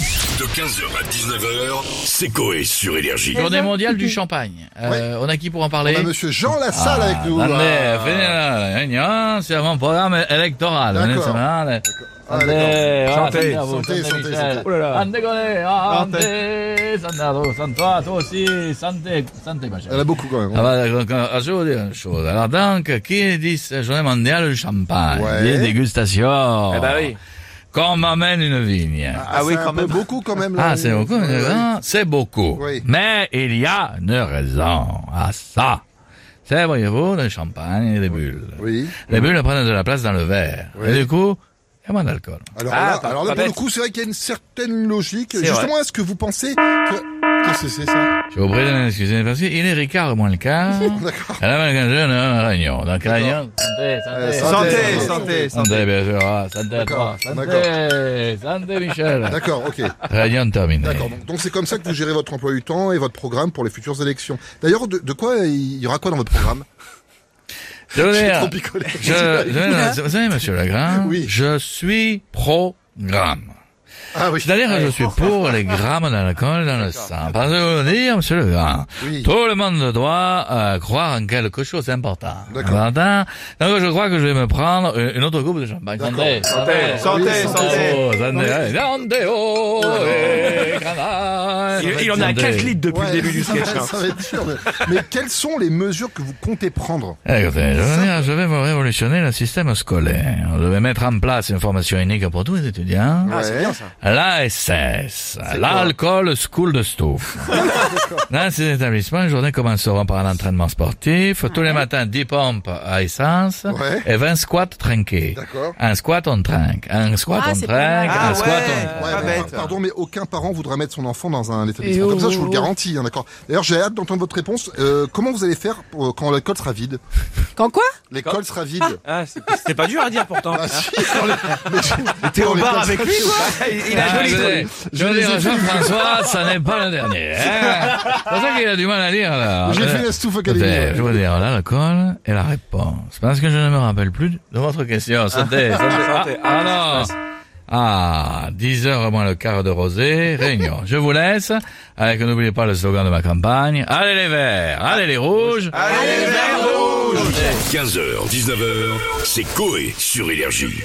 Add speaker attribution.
Speaker 1: De 15h à 19h, c'est Coé sur Énergie.
Speaker 2: Journée mondiale du champagne. Euh, On a qui pour en parler
Speaker 3: On a monsieur Jean Lassalle
Speaker 2: Ah,
Speaker 3: avec nous.
Speaker 2: attendez,
Speaker 3: Ah.
Speaker 2: venez là, venez, C'est mon programme électoral. Venez,
Speaker 3: D'accord.
Speaker 2: c'est là, là.
Speaker 3: Ah,
Speaker 2: Attendez,
Speaker 3: d'accord.
Speaker 2: voilà,
Speaker 4: Santé,
Speaker 2: tenez à vous,
Speaker 3: santé,
Speaker 2: tenez,
Speaker 3: santé,
Speaker 2: Michel. Oh
Speaker 3: santé.
Speaker 4: Ouh là là.
Speaker 2: Santé, Golé, santé, santé à vous, santé à ah, toi aussi, santé, santé, ma chérie.
Speaker 3: Elle a beaucoup quand même.
Speaker 2: Ah bah, donc, euh, je vais vous dire une chose. Alors donc, qui dit ce journée mondiale du champagne
Speaker 3: Ouais.
Speaker 2: Dit dégustation.
Speaker 4: Eh ben oui.
Speaker 2: Qu'on m'amène une vigne.
Speaker 3: Ah,
Speaker 4: Ah oui,
Speaker 3: c'est un
Speaker 4: quand
Speaker 3: peu
Speaker 4: même.
Speaker 3: beaucoup quand même. là.
Speaker 2: Ah, c'est beaucoup,
Speaker 3: Ouais, ouais.
Speaker 2: hein, c'est beaucoup.
Speaker 3: Oui.
Speaker 2: Mais il y a une raison à ça. C'est, voyez-vous, le champagne et les bulles.
Speaker 3: Oui.
Speaker 2: Les bulles prennent de la place dans le verre.
Speaker 3: Oui.
Speaker 2: Et du coup, il y a moins d'alcool.
Speaker 3: Alors,
Speaker 4: Ah,
Speaker 3: là,
Speaker 4: pas-
Speaker 3: alors là,
Speaker 4: pas
Speaker 3: pour le
Speaker 4: bête.
Speaker 3: coup, c'est vrai qu'il y a une certaine logique.
Speaker 4: C'est
Speaker 3: Justement, est-ce que vous pensez que... Qu'est-ce que c'est ça
Speaker 2: Je vous prie de m'excuser parce qu'il est Ricard au moins le quart.
Speaker 3: D'accord.
Speaker 2: Elle a 15 jeunes, hein, Réunion. Donc, Réunion, santé,
Speaker 3: Euh,
Speaker 2: santé.
Speaker 4: Santé, santé,
Speaker 2: Santé,
Speaker 4: santé.
Speaker 2: bien sûr. ah, santé à
Speaker 3: D'accord,
Speaker 2: toi. Santé, santé, Michel.
Speaker 3: D'accord, ok.
Speaker 2: Réunion terminée.
Speaker 3: D'accord. Donc donc c'est comme ça que vous gérez votre emploi du temps et votre programme pour les futures élections. D'ailleurs, de, de quoi il y aura quoi dans votre programme
Speaker 2: Je veux
Speaker 3: J'ai
Speaker 2: dire,
Speaker 3: trop picolé.
Speaker 2: je, je- vous savez, monsieur Legrand,
Speaker 3: Oui.
Speaker 2: je suis pro-gramme.
Speaker 3: Ah oui.
Speaker 2: C'est-à-dire que je suis pour les grammes d'alcool dans le sang. Parce que, vous dire, monsieur le grand,
Speaker 3: Oui.
Speaker 2: tout le monde doit euh, croire en quelque chose d'important.
Speaker 3: D'accord.
Speaker 2: Important. Donc je crois que je vais me prendre une, une autre coupe de champagne.
Speaker 3: D'accord.
Speaker 2: Santé,
Speaker 4: Santé, santé,
Speaker 2: Oh,
Speaker 4: santé.
Speaker 2: santé, allez, santé, oh, eh, canard.
Speaker 4: Il, il en a
Speaker 2: Santé.
Speaker 4: 4 litres depuis
Speaker 3: Ouais,
Speaker 4: le début du
Speaker 3: ça
Speaker 4: sketch.
Speaker 3: va-
Speaker 4: hein.
Speaker 3: ça va être dur, mais- Mais quelles sont les mesures que vous comptez prendre
Speaker 2: Écoutez, je veux dire, je vais me révolutionner le système scolaire. Je vais mettre en place une formation unique pour tous les étudiants.
Speaker 4: Ah,
Speaker 3: Ouais.
Speaker 4: c'est bien ça.
Speaker 2: L'ASS, l'alcool school de Stouff. Dans ces établissements, les journées commenceront par un entraînement sportif. Tous les matins, 10 pompes à essence
Speaker 3: Ouais.
Speaker 2: et 20 squats trinqués.
Speaker 3: D'accord.
Speaker 2: Un squat, on trinque. Un squat,
Speaker 5: Ah,
Speaker 2: on
Speaker 5: c'est pas
Speaker 2: trinque.
Speaker 4: mal.
Speaker 2: Un
Speaker 4: Ah
Speaker 2: squat,
Speaker 4: ouais.
Speaker 2: on...
Speaker 3: Ouais,
Speaker 4: Pas
Speaker 3: bon,
Speaker 4: bête.
Speaker 3: par- Pardon, mais aucun parent voudra mettre son enfant dans un
Speaker 5: Et
Speaker 3: établissement comme ça, je vous
Speaker 5: oh.
Speaker 3: le garantis, hein, d'accord. D'ailleurs, j'ai hâte d'entendre votre réponse. Euh, comment vous allez faire pour- euh, quand l'école sera vide
Speaker 5: Quand quoi
Speaker 3: L'école sera vide.
Speaker 4: Ah, c'est- C'était pas dur à dire pourtant.
Speaker 3: Ah, si, quand les- mais je-
Speaker 4: T'es au
Speaker 3: quand
Speaker 4: bar
Speaker 3: l'école
Speaker 4: avec
Speaker 3: sera
Speaker 4: lui,
Speaker 3: vide.
Speaker 4: quoi. Il il a
Speaker 2: Ah,
Speaker 4: joli
Speaker 2: je veux
Speaker 4: truc.
Speaker 2: dire- je veux dire, Jean-François, ça n'est pas le dernier. hein. C'est pour ça qu'il a du mal à lire, là. Euh,
Speaker 3: J'ai fait la Stouff Academy.
Speaker 2: Écoutez, je veux dire, là, la colle et la réponse. Parce que je ne me rappelle plus de votre question. Santé, santé.
Speaker 4: Santé. Ah,
Speaker 2: Ah non Ah, 10 heures moins le quart de rosé, réunion. Je vous laisse, avec n'oubliez pas le slogan de ma campagne, allez les verts, allez les rouges,
Speaker 4: Allez, les verres rouges.
Speaker 1: 15h, 19h, c'est Coé sur Énergie.